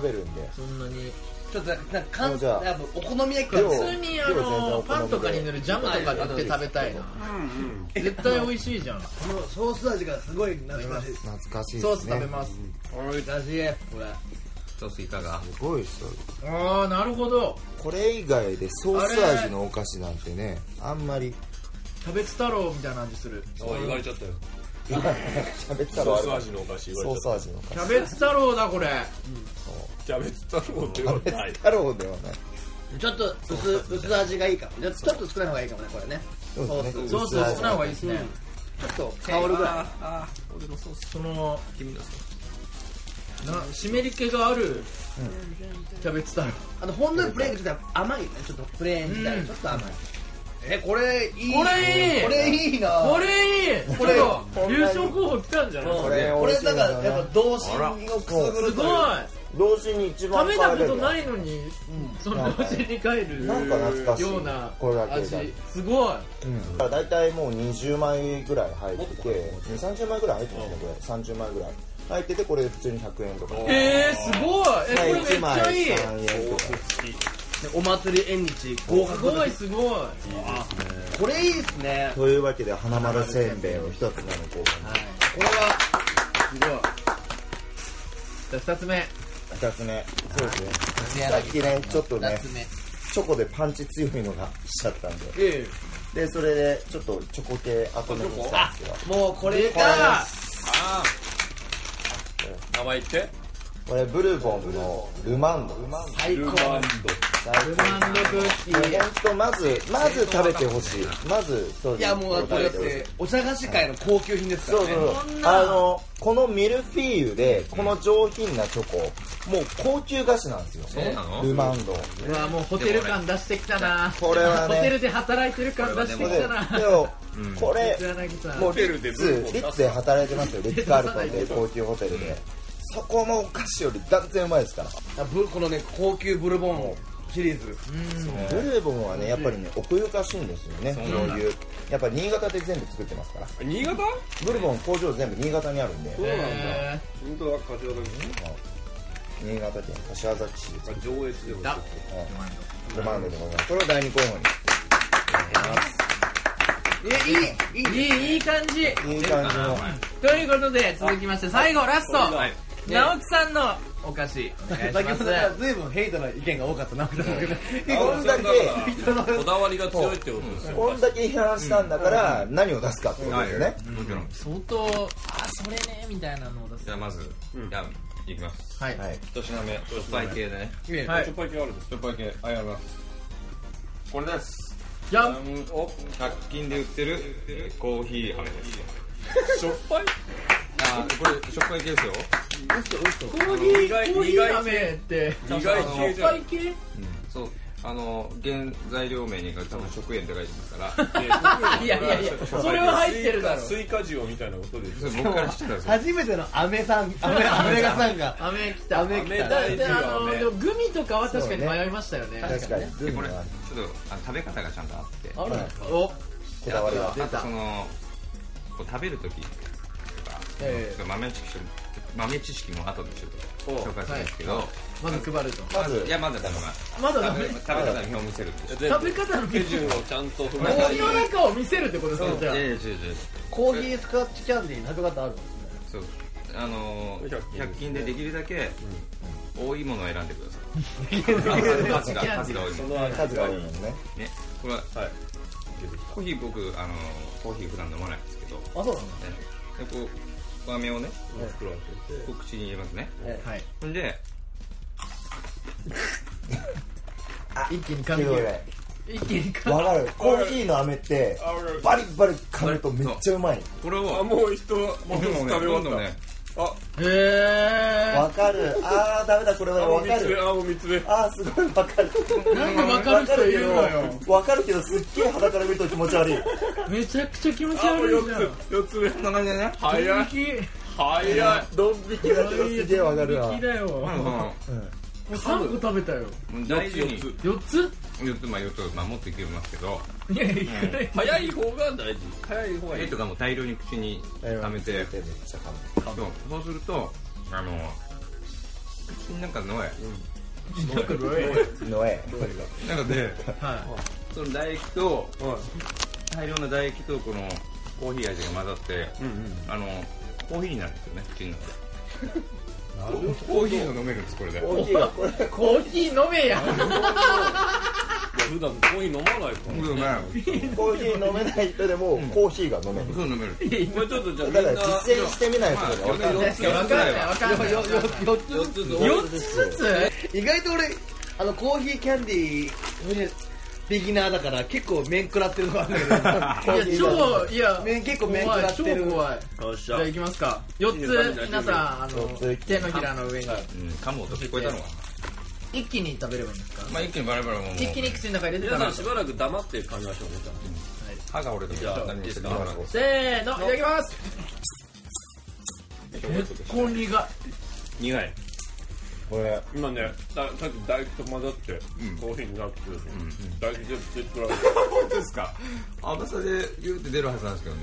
選べるんで
そんなに
ちょっとなんかなんかかん
もうじゃあ
やっぱお好み焼き
量
は
普通にあ
量全然
の
お好みで
パンとかに塗るジャムとかでって食べたいな絶対美味しいじゃん
このソース味がすごい懐かしい
懐かしいですね
ソース食べます
懐かしいこれ
どソースいかが
すごいっすよ
ああなるほど
これ以外でソース味のお菓子なんてねあんまり
キャベツ太郎みたいな感じする
お言われちゃったよ。
喋った
ソ
らあ
ー
る
ス味のお菓子言
ソ
われ
ー
ち
ス
ゃっ
味のお菓
キャベツ太郎だこれ
た。キャベツ太郎って言われ
子
ない。
太郎ではない
ちょっと薄薄味がいいかもじゃあちょっと少ない方がいいかもねこれね
そうですね
ソース少ない方がいいですね
ちょっと香るぐらい
その
君の
な湿り気があるキャベツ太郎
あとほんのりプレーンがちょっと甘いねちょっとプレーンみたいな
うん
ちょっと甘いえこれいい
これいい
これいいな
これいいこれ優勝候補来たんじゃない
うん
これ
こ
美
れ
味しい
だ
ですよね
からやっぱ童心をくすぐる
す
と
ご
い
いう
同時に一番
食べたことないいのに、その同時に帰る
なんか懐かしい
ような
これだけだ
味すごい
うんだから大体もう20枚ぐらい入ってて2 3 0枚ぐらい入ってますねこれ30枚ぐらい入っててこれ普通に100円とか
えー、すごいえこれめっ
1
ちゃ
枚
いい
3円とか
お祭り縁日合
す
格
ごいすごい
これいいっすね
というわけで花丸せんべいを一つ目の交換
これは
すごいじゃあ2つ目
二つ目そうですねさっきねちょっとね
夏目
チョコでパンチ強いのがしちゃったんで
え
でそれでちょっとチョコ系後めにしたんですけど
もうこれ
えあ
か
ああ名前言って
これブルボンのルマンド
最
ル
高
マンド
最
ル
高
マンドクッキ
本
ー
当まずまず食べてほしいまずそう
いやもうだってだっ
食べほしい
てお茶菓子界の高級品です
そ
から
う
ね
そうそうあのこのミルフィーユでこの上品なチョコもう高級菓子なんですよ
そうなの
ルマンド
うわもうホテル感出してきたな
これはね
ホテルで働いてる感出して
で
きたな
でもこれ
柳さん
もう
ホテ
リ
ルで
ッ
ブル
ツ
ボン
リッツで働いてますよリッツカールトン
出
で高級ホテルでそこのお菓子より断然うまいですから
あブこのね高級ブルボンシリー ズ
ブルーボンはねやっぱりね奥ゆかしいんですよねそういうやっぱ新潟で全部作ってますから
新潟
ブルボン工場全部新潟にあるんで
そうなんだ
え
本当だ柏崎
新潟県柏崎市です
上越でも
だ
ルマンドでございますこれを第2候補に
ーいいいい感じ
いい感じの
ということで続きまして最後ラスト
はい
直樹さんのお菓子お願いし
先
ま
ほ
す
どから随分ヘイトな意見が多かったなみたいな
こんだけ
こだわりが強いってことですよ
こんだけ批判したんだから何を出すかってこと
は
です
い
よね
もちろん
相当あそれねみたいなのを出す
じゃあまずじゃあいきます
はい
はい
一品目おっぱい系でね
はい
ちょっぱい系あるんです
おっぱい系ありがとうございますこれです
じゃん
お100均で売ってるコーヒー飴です
しょっぱい
あーこれしょっぱい系ですよ
コーヒー
苦い
コーヒー飴って
意外系
いっ
じゃ
ぱ
ん
い系
そうあの原材料名に多分食塩って書いてますか ら
いやいやいや それは入ってるだろ
スイカスイカ塩みたいなことです
それ僕から知ったんですよ
初めてのアメさん アメアメガさんが
飴きた
飴来
た
だってあの
飴
でもグミとかは確かに迷いましたよね
確かに
で
全部
こ
は
れちょっとあの食べ方がちゃんとあって
ある
はい
お
こだわりは
あとそのこう食べるときとか
え
ちょっと豆知識豆知識も後でちょっと紹介するんですけど、
まず配ると
まず
いやまだだめ
まだダ
食べ
メ
食べ方に表を見せるって
全
食
部
べ方の
手
手
順
順
をちゃんと踏まえ
氷の中を見せるってことです
そう
かじゃあ
いやいや違う違う
コーヒースカッチキャンディー食べ方あるんですね
そうあのー、
100
100均でできるだけ多いものを選んでくださ い数が数が多いもの
の
数が多いもんね
ねこれは
はい
コーヒー僕あのーコーヒー普段飲まないんですけど
あそうなんだ
でこう豆をね
袋開けて
こう口に入れますね
はい
ほんで
一気に
け
噛
ど
み
ね
一気に噛
わかるコーヒーの飴ってバリバリ噛むとめっちゃうまい
これを
あもう一もう
もう
一つ食
ね
べ終わ
どん
った
どんね
あ
むへ
わかるあーダメだこれは
青
わか
三つ目
る
青三つ目
あーすごいわかる
えなんでわかる人いるのよ
わかるけどすっげえ肌から見ると気持ち悪い
めちゃくちゃ気持ち
あもう
悪いじゃん
四つ四つ目
こんな感じでね
早い
い
早い
ドン引きだけどすげえわかるわ
好きだよ
まあ
も
ま
う3個食べたよ
あ大事に
四つ
4つ
4つまあ4つ守っていきますけど
いやいくらい
早い方が大事早い方がい
え
い
とかもう大量に口に溜めて
めっちゃ噛む
そうそうするとあの口の中の
のえ
中で
は
その唾液と大量の唾液とこのコーヒー味が混ざってあのコーヒーになるんですよね口の中でコーヒーが飲めるんですこれで
コーヒーがこれ
いコーヒー飲めや
いや普段コーヒー飲まないか
うまい
コーヒー飲めない人でもコーヒーが飲める
そう飲める
らもうちょっとじゃあみん
だか
な
ら実践してみないとがわかんない
確
四つ
かにわかんないわかんない
よよよ
四つずつ
4つずつ
意外と俺あのコーヒーキャンディービギナーだから結構面食らってるのがあるんだけど
いや超いや
ね結構面食らってる
怖い超怖い
よっし
じゃあ行きますか4つ皆さんあの
四つ
手のひらの上に
うん噛む音聞こえたのか
一気に食べればいいんですか
なまあ一気にバラバラもう
一気に口の中入れて
皆
た
さ
ら
んしばらく黙って噛みましょうねじゃ
歯が折れて
じゃあ
も何にしても
いいで
結
せーのいただきますこんにが
苦い
これ
あ今ねささっき唾液と混ざってコーヒーになってる唾液全部吸い取られて
本当ですか甘さで言うって出るはずなんですけどね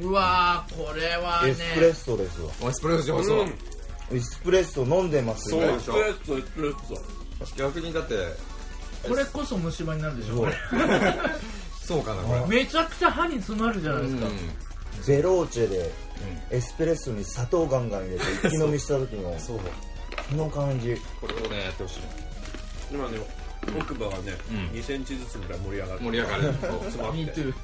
うわーこれは
エスプレッ
ね
ソですわ
エスプレッソそう
うん
エスプレッソ飲んでます
そう
よ
エ
ね
スプレッソエスプレッソ
逆にだって
これこそ虫歯になるでしょこれ
そうかなこれ
めちゃくちゃ歯に詰まるじゃないですか
ゼローチェでエスプレッソに砂糖ガンガン 入れて一気飲みした時の
そう
この感じ
これをねやってほしい
今ね奥歯がね、
うん
2センチずつぐらい盛り上がる
盛り上が る
詰まっ
Me
て
too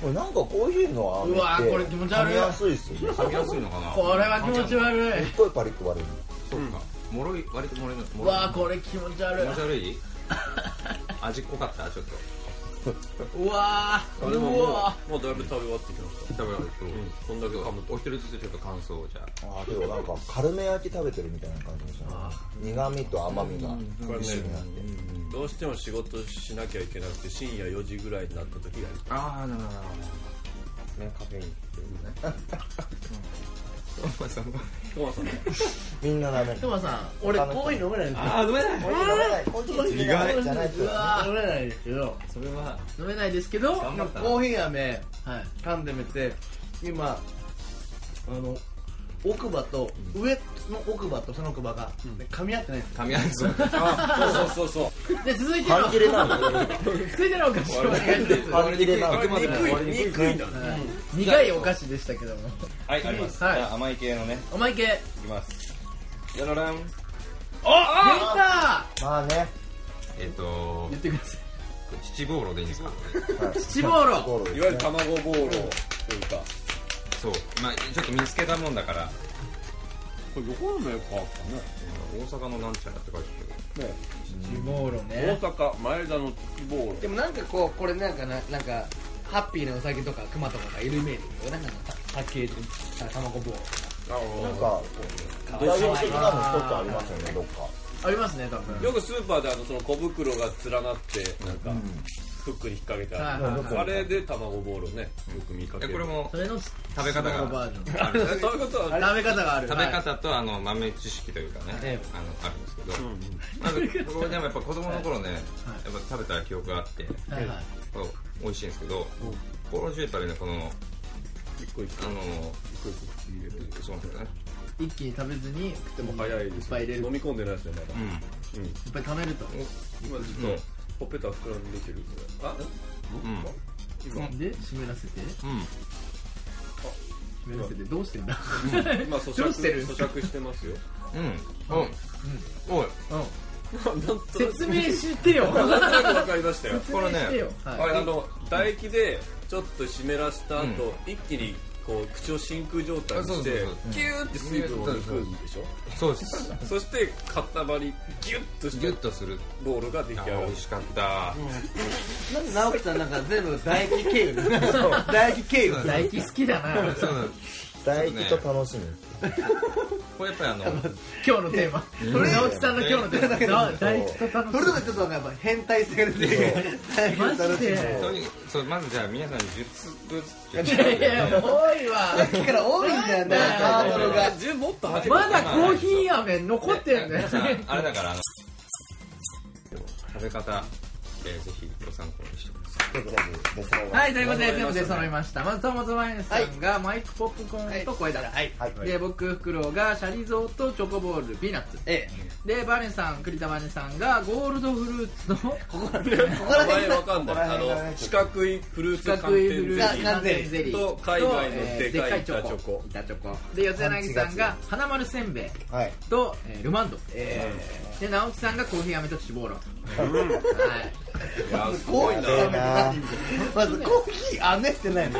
これなんかコーヒーの飴って
うわーこれ気持ち悪い
噛みやすいっすよね
食べやすいのかな
これは気持ち悪
すっ
い
ごいパリッと割れる
そうかもろい割ともろいのも
う
ろい
わーこれ気持ち悪
気持ち悪い味濃かったちょっと
いうわー
あでも
う
も
わ
うもうだいぶ食べ終わってきまし
食べられて
こんだけ噛むと
お一人ずつちょっと感想をじゃあ
あーけどなんか軽め焼き食べてるみたいな感じでしたね苦味と甘みが
たこれね
一緒になって
どうしても仕事しなきゃいけなくて深夜4時ぐらいになった時がある
ああなるほど
ねカフェイン
トマさんは
トマさんね
みんなダメ
トマさん、俺コーヒー飲めないんですよ。
ああごめんな
コ
さい
ーヒー飲めないコーヒー好きなじゃないと
うわ
飲めないですけど、
それは
飲めないですけどは
頑張ったな
コーヒー飴
い
噛んでみて、今、あの、奥歯と、上の奥歯とその奥歯が、噛み合ってないんですよ。
噛み合いそう
あそうそうそう
で続いての
半切れなの
続いてのお菓子をお願いします
半切れな
そ
の
う憎い憎いんだ
苦いお菓子でしたけども
はいありますじ
はい
ゃあ甘い系のね
お前系
いきますじゃららん
出
まあね
えっと
た言ってください
七ぼうろでいいんですか
七ボーロ
ゴールで
い
す
わゆる卵ボーロというか
そうまあちょっと見つけたもんだから
これ横浜の横浜
大阪のなんちゃらって書いてある
ねね
七ボーロ
大
ね
阪前田のボーロ
でもなんかこう、これなんかな、なんか、ハッピーなウサギとかクマとかがいるイメージなんかパッケージ、卵棒。
なんか代表的なの一つありますよねどっか
ありますね多分
よくスーパーであのその小袋が連なってなんかフックに引っ掛けてある、
はいはい
はい
あれで卵ボールをねよく見かけ
え
る
これも
それの
食べ
七
方
ボロ
が
バージョン
ある
そういうことは
食べ方がある
食べ
はい
方とあの豆知識というかね、
ええ
あのあるんですけど、まず僕もでもやっぱ子供の頃ね、やっぱ食べた記憶があって、
はいはい
こう美味しいんですけど、ボーロジュエタリーのこの
一個一個
あの
一個一個口に入れてる
そうなんですよね、
一気に食べずにいっ
でも早いで
いっ
す
ぱい入れる
飲み込んでないですねまだ、うん
ぱい食べると
今ちょっとほっぺた膨らんできてるあ
うん
で湿らせて
うん、
湿らせてどうしてんだ
今咀嚼
どうしてる
咀嚼してますよ
うん、うん、おい、
なんとなく
説明してよ
なんとなく分かりましたよ
説
こ
明
れ
して
ね
よ、はい
あれあの唾液でちょっと湿らした後、一気にこう口を真空状態にして
そうそうそう
キューって水分を抜くんでしょ、
そうです、
そして塊ギュッとし
ギュ
て
ッとする、
ボールが出来
あ
上が
美
る
味しかった、
なんで直樹さんなんか全部唾液経由唾液経由
唾液好きだな
そうなんです
唾液と楽しみ
これやっぱりあの、
今日のテーマこれ直樹さんの今日のテーマ唾液と楽
そ
し
れともちょっとなんかやっぱ変態性が出てる唾液を
マ
楽
ジ
しむ
で
とにそうまずじゃあ皆さん術ぶ
いやいや多いわ
さっきから多いんだよねハードルが
10もっと始め
まだコーヒー飴残ってんだよ
皆さんあれだからあの食べ方、えーぜひご参考にしてください
とりあえずですね
はい、ということで全部出揃いました。まず、トマトマイネさんがマイクポップコーンと声だ。はい。
はい
で、僕、フクロウがシャリゾーとチョコボール、ピーナッツ。
え
で、バネさん、栗田バネさんがゴールドフルーツの
ここら
名
辺
前
が
わかんないあ
ここら辺がね
の四角いフルーツ
四
寒
角い
天
フ
ゼ
ル
リ
ーツ
ー
寒天
ゼリー
と海外のでかい板チョコ
板チョコ。で、四つ柳さんが花丸せんべい
はい
と、えールマンド。で、直樹さんがコーヒー飴とチボーロ。はい。
多いんだ
ええな
まずコーヒー飴ってないの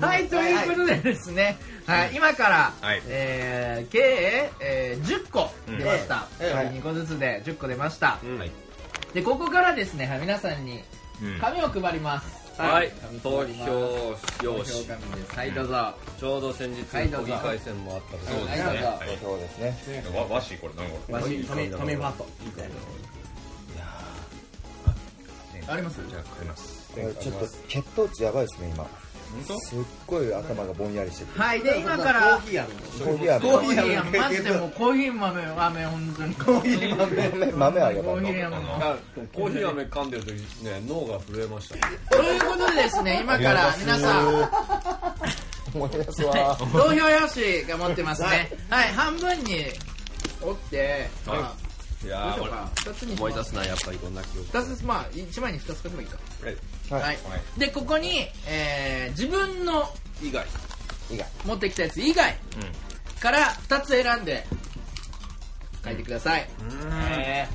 はい、ということでですね、はい、今から、
はい
えー計、えー10個出ました。
うん
はい2個ずつで10個出ました。
はい
で、ここからですね、はい皆さんに
うん
紙を配ります。
はい
紙
投
配ります
票用
投
紙
票紙です。はい、どうぞ。は
ちょうど先日
はいど
都
う
議
ぞ
会選もあった
い、
ので
どうぞ。
はい
そうですね
わ和紙これ何これ
わし、
トメトメファート
あります
じゃあ買います
これちょっと血糖値やばいですね今
本当
すっごい頭がぼんやりしてる
はい、で、今から、
コーヒー飴
コーヒー
コ
飴
ーヒーやマジでもうコーヒー豆、豆、本当に。コーヒー
豆豆あげば
コーヒー
の
豆の。
あコーヒー飴噛んでる時ね脳が震えました
ということでですね、今から皆さん、
思い出すわ
投票用紙が持ってますね。はい、半分に折って、ま
い
あ、どう
や
しよう
ー
か。二つにします。
なやっぱりこんな記憶
二つ、まあ、一枚に二つ書けばいいか。
はい
はい
はい。で、ここに、えー自分の
以外
以外
持ってきたやつ以外から二つ選んで書いてください。え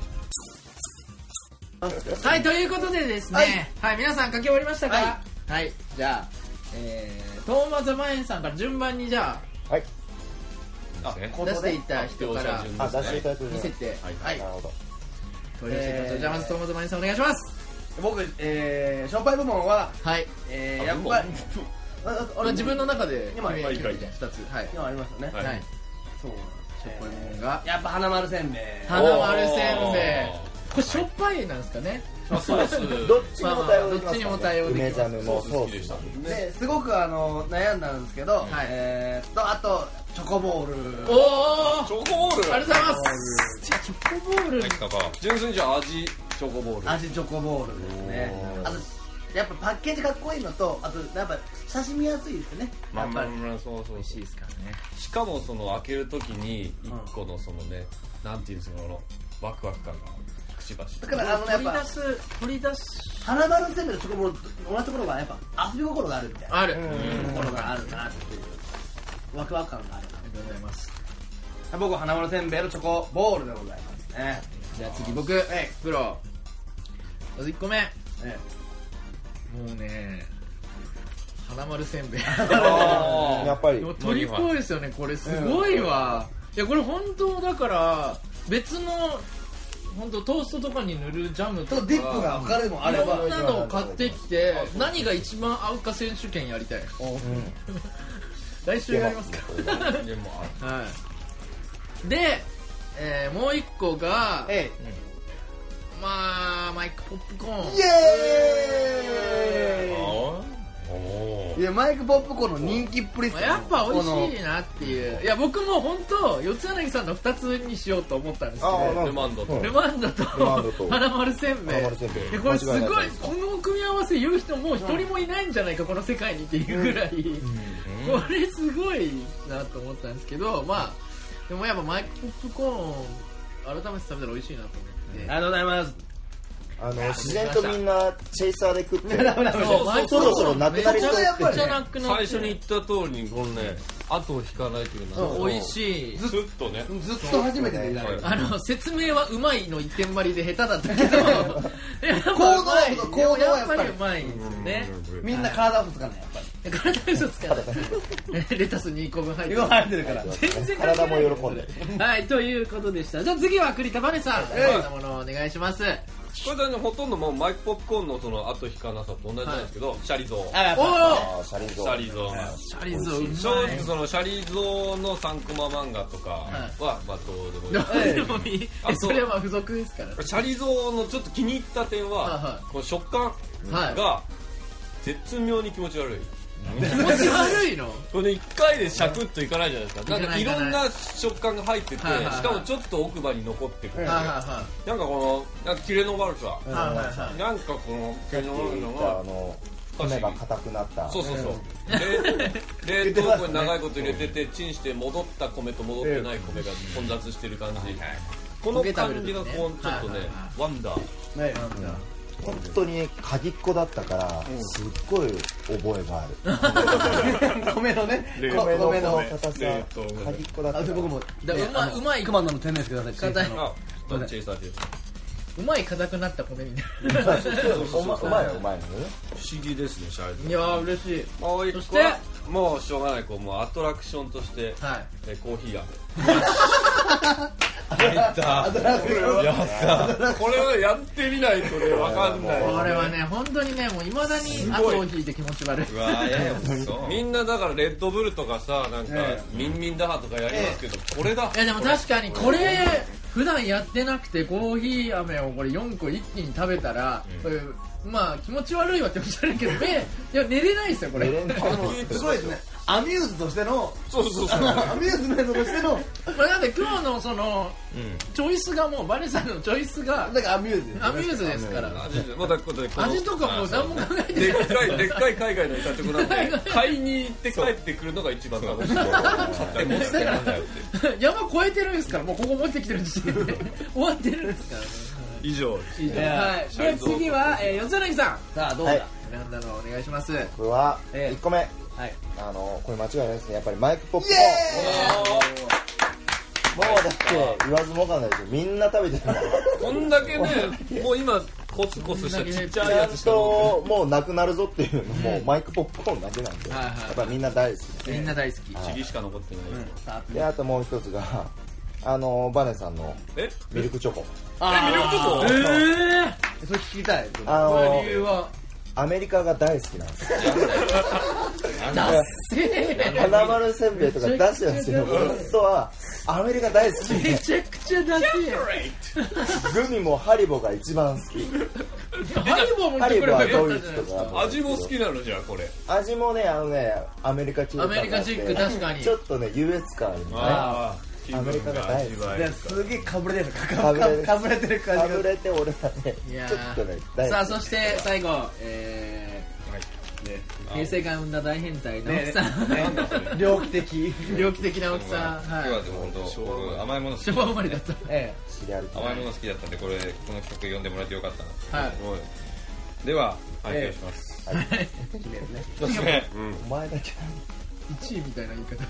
ーはい、ということでですね、はい、皆さん書き終わりましたかはい、じゃあ、えー、トーマザマエンさんから順番にじゃ
はい
あ、出していった人から
あ出していただく
見せて、はい、はい
な、るほど
取り寄せてください
えー
じゃあまずトーマザマエンさんお願いします。
僕、えー、しょっぱい部門は、
はい、
えー、やっぱり、あああ
まあ、自分の中で
今
決め
今
決めて2つ、はい、
今ありましたね。
はい、はい、
そうなん
しょっぱい
です
も
ね
んが、
やっぱ花丸せんべい。
花丸せんべい、これしょっぱいなんですかね。
まあソース
どっちにも対応
ど
で
っ
き
ち
ます
にも対応できま
梅
す
ジャムもソースも
ですごくあの悩んだんですけど、
い
えーっとあとチョコボール
お
チ
お
ョコボール
ありがとうございますじゃあチョコボール
はい、パパ。
純粋にじゃあ味チョコボール
味チョコボールですねあとやっぱパッケージかっこいいのとあとやっぱ親しみやすいですね
まあまあまあそうそう
味しいですからね
しかもその開けるときに一個のそのね、なんていうんですかこのワクワク感がくちばし
だからあのやっ
取り出
ぱ
す取り出す
花丸せんべいのチョコボールと同じところがやっぱ遊び心があるみたいな
あるあり
ところがあるなっていうワクワク感がある
がとうございます
な僕は花丸せんべいのチョコボールでございますね
じゃあ次僕プロまず1個目
え
もうね花丸せんべい
やっぱり
でも鳥っぽいですよねこれすごいわいやこれ本当だから別の本当トーストとかに塗るジャム
え
とか
とディップが他でもあ
い
れば
ろんなのを買ってきて何が一番合うか選手権やりたい 来週やりますか
でもあ
はいで、えーもう一個が、
え
まあマイクポップコーン
えイエーイ
おお
いやマイク・ポップコーンの人気っぷりっ
ますあ
よ
やっぱ美
この
味しいなっていういや僕も本当四柳さんの2つにしようと思ったんですけ
ああな
ど
るほど
ルマンドと
うん
ルマンドと
ルマンドと
花丸せんべい
花丸せんべい
でこれすごい
間違い
こ
ない
の組み合わせ言う人もう一人もいないんじゃないかこの世界にっていうぐらい、これすごいなと思ったんですけどまあでもやっぱマイクポップコーン改めて食べたら美味しいなと思って
ありがとうございます
あの自然とみんなチェイサーで食って
そうマイクポ
そろ
ップコーン
そろなくなりそう
めちゃ
っ
く
て
ちゃなくなっ
最
て
初に言った通りにこのね後を引かないというのは
美味しい
ずっとね
ずっと初めてでいられる
あの説明はうまいの一点張りで下手だったけ ど行
動力と行動は
や
や
っぱ
っぱ
り
り
うまいんですよね
みんな体をつかないやっぱり
体嘘つかないレタス2個分入って
言われてるから
全然関係
体
ない
も喜んで
はいということでしたじゃあ次は栗田バネさん好きなものをお願いします
これはねほとんどもうマイクポップコーンのその後引かなさと同じなんですけど、シャリゾ
あ
ー
やっ
おお
ぱ
あーシャリ
シ
ゾ
ャリゾーが
シャリゾー
正
うま
直そのシャリゾーの3コマ漫画とかは、まあどうでもいい
いどうでもいい
あ
え
そ
そうれはまあ付属ですから
シャリゾーのちょっと気に入った点は、
はいは
この食感
は
が絶妙に気持 ち悪い
い気持ち悪いの
これね1回でシャクッといかないじゃないですかなんか
い
い
かない
ろんな食感が入っててし
はいはいはい
かもちょっと奥歯に残ってくる
はい
なんか
は
このなんかキレの悪さ
いはいはいはい
なんかこのキレの悪いの
あ
が
の骨が硬くなった
そうそうそう冷冷凍庫に長いこと入れててチンして戻った米と戻ってない米が混雑してる感じこの感じがこうちょっと
は
ね
いはい
ワンダー
ね
本当に鍵っ子だったからすっごい覚えがある
米のね
米
こ米
米の
の
硬さ
冷凍米
鍵っ子だっ
あ
た
で僕も
だからうまうまい
クマンの天然してください
硬い
あ
あチェイサーで
うまい硬くなった米になる
うまうまいはうまいのね
不思議ですねシャリゾー
いやー嬉しい
もう一個はもうしょうがないこうもうアトラクションとして、
はい
えコーヒー
やった
がこれはやってみないとねわかんない
これはね本当にねもういまだに後を引いて気持ち悪いう
わーややこしそう
みんなだからレッドブルとかさなんか、ミンミンダハとかやりますけど、これだ
いやでも確かにこれ普段やってなくてコーヒー飴をこれ4個一気に食べたら、これまあ気持ち悪いわって気持ち悪い けど目いや寝れないですよこれ
エレンジ
すごいですねアミューズとしての
そうそうそう
アミューズメントとしての
まあ、だって今日のその、チョイスがもうバネさんのチョイスが
だからアミューズです
アミューズですから
味でまたこれこの
味とかもう何も考えて
でっ
ない
かいでっかい海外の社長なんで買いに行って帰ってくるのが一番楽しい買って持ってきてなんだよって
山越えてるんですからもうここ持ってきてる時点で 終わってるんですからね
以上
以上はいで次は、えー、四柳さんさあどうだ、
はい
選んだのをお願いしますはい
僕は
ええ
1個目あのこれ間違いないですねやっぱりマイクポップコ ーンもうだって言わずもがなですよみんな食べてるから
こんだけねもう今コスコスしたちっ
こ
ちゃ
ちゃ
いや
ん
つしか飲ん
ともうなくなるぞっていうのもマイクポップコーンだけなんで、
はいは
や
い
っぱりみんな大好き
みんな大好き。
でない。チリしか残ってない。
さ
であともう一つがあのバネさんの
え
ミルクチョコ
あ、
え、ミルクチョコ
それ聞きたい。
あ
この
の
理由は、
アメリカが大好きなんですよ
ダッセー
花丸せんべいとか出してるんですよ本当はアメリカ大好き
め
で
ちゃくちゃダッセ
グミもハリボが一番好き
ーハリボーも
ハリボ
ば
は
よ
ド
かっ
イ
たじゃ
ツと
ないで
か
すか。
味も好きなのじゃあ、これ。
味もねあのねアメリカチック感があって
アメリカチック確かに
ちょっとね優越感あるんで
ああ、
アメリカが大好き
わ
いや
る。
すげえかぶれてるか
か
か
ぶ
か
れです
かぶれてる感
か
じが
ぶれて俺はね
い
ち
や
ょ
ー
っとね大
さあ、
好
そ
き
して最後、えー、平成が生んだ大変態、直樹さん。
猟奇的
猟奇的な大きさ
今
ん。
日は
は
でも本当僕甘いもの好き
い。昭和生まれだった。
え
知り合い
甘いもの好きだったんでこれこの曲呼んでもらえてよかったな
はい。
では発表します一つ目
お前だけ
1位みたいな言い方。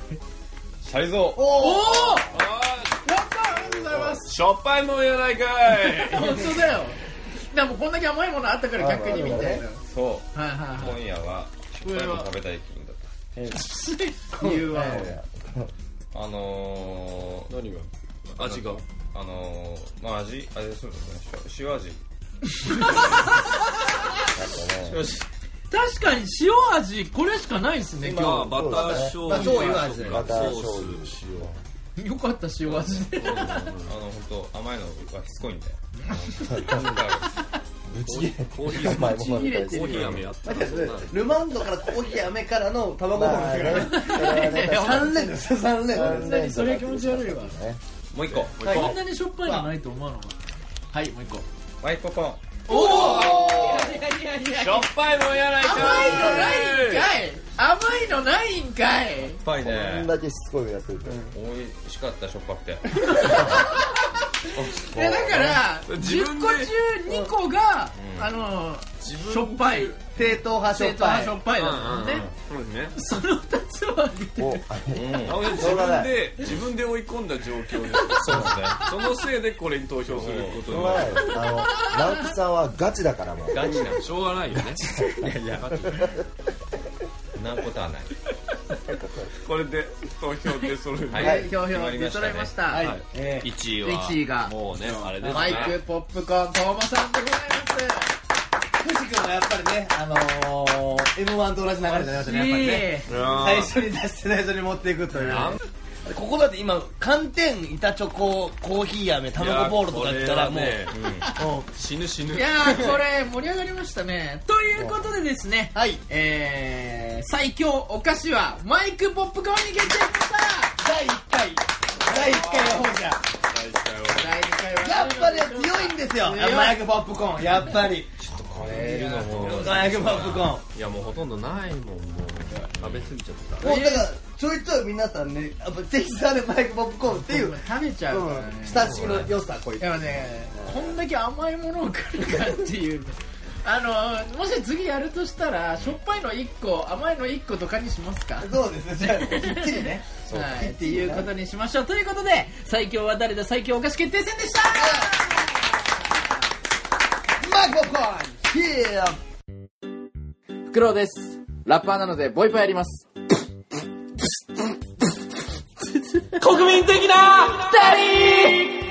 シャリゾウ
おお
しょっぱいもんやないかい。
本当だよ。でもうこんだけ甘いものあったから逆にみたいな。
そ
はいは
う
いは
今夜は失敗も食べたい気分だっ
い。理由は。
たあのー
何が味が。
あのーまあ味あれそうですね塩味
確かに塩味、これしかないですね、
まあ、
今
バター醤
まあ醤油味だよ
バターソース。
ス塩
日。よかった塩味で。
あの本当甘いのがしつこいんで
ぶち切れ
コーヒー、
甘いものに対
コ
し
ーヒ
て
ー飴やった。
えルマンドからコーヒー飴からの卵
ま
と
あ
か
ね
3連ですよ3連
にそれは気持ち悪いわ
もう一個もう一
こ
個
んなにしょっぱいのないと思わなかった。はい、もう一個。
マイクポポン
いやいやいやいや
しょっぱいもんやないか
甘いのないん
い。
かい甘いのないんかい
ぱい
こんだけしつこいやつ
美味しかったしょっぱくて
いやだから
自
10
分で
個中2個が、あのしょっぱい
正統派しょ
正
っ
統
ぱ
派
い
しょっぱいだもんね、
そうですね。
その2つは似て
を
る
うん
あの自分で、自分で追い込んだ状況です。
そうですね
そのせいでこれに投票すること
そ
に
の
な
前
る。
あのランクさんはガチだからもう
ガチな
しょうがないよね。
なんことはない
これで投票でそれで。
はい
はい表表出揃いましたはい
はい
ええ
1位は
1位が
もうねあれですね
マイクポップコーントーマさんでござい
藤君はやっぱりねあの m 1と同じ流れになりまし
ます
たねやっぱりね
いやー
最初に出して最初に持っていくという
なん
ここだって今寒天板チョココーヒー飴卵ボールとか言ったらもう
いやこれはね死ぬ死ぬ
いやーこれ盛り上がりましたねということでですね、
はい
えー、最強お菓子はマイクポップコーンに決定しました
第1回第1回は本社
第2回は
やっぱり強いんですよ
強い
マイクポップコーンやっぱり
いるのも
マイクポップコーン
いやもうほとんどないもんもう食べ過ぎちゃった
もうだからちょいちょい皆さんねやっぱぜひさでマイクポップコーンっていう、うん、
食べちゃうからね、
親しみの良さこいつ
でもね、こんだけ甘いものを食るかっていう。あの、もし次やるとしたら、しょっぱいの1個、甘いの1個とかにしますか
そうですねじゃあきっちりね
はい、っていうことにしましょう。ということで、最強は誰だ最強お菓子決定戦でした
マイクポップコーンヒーア
フクロウです。ラッパーなので、ボイパやります。国民的なダリー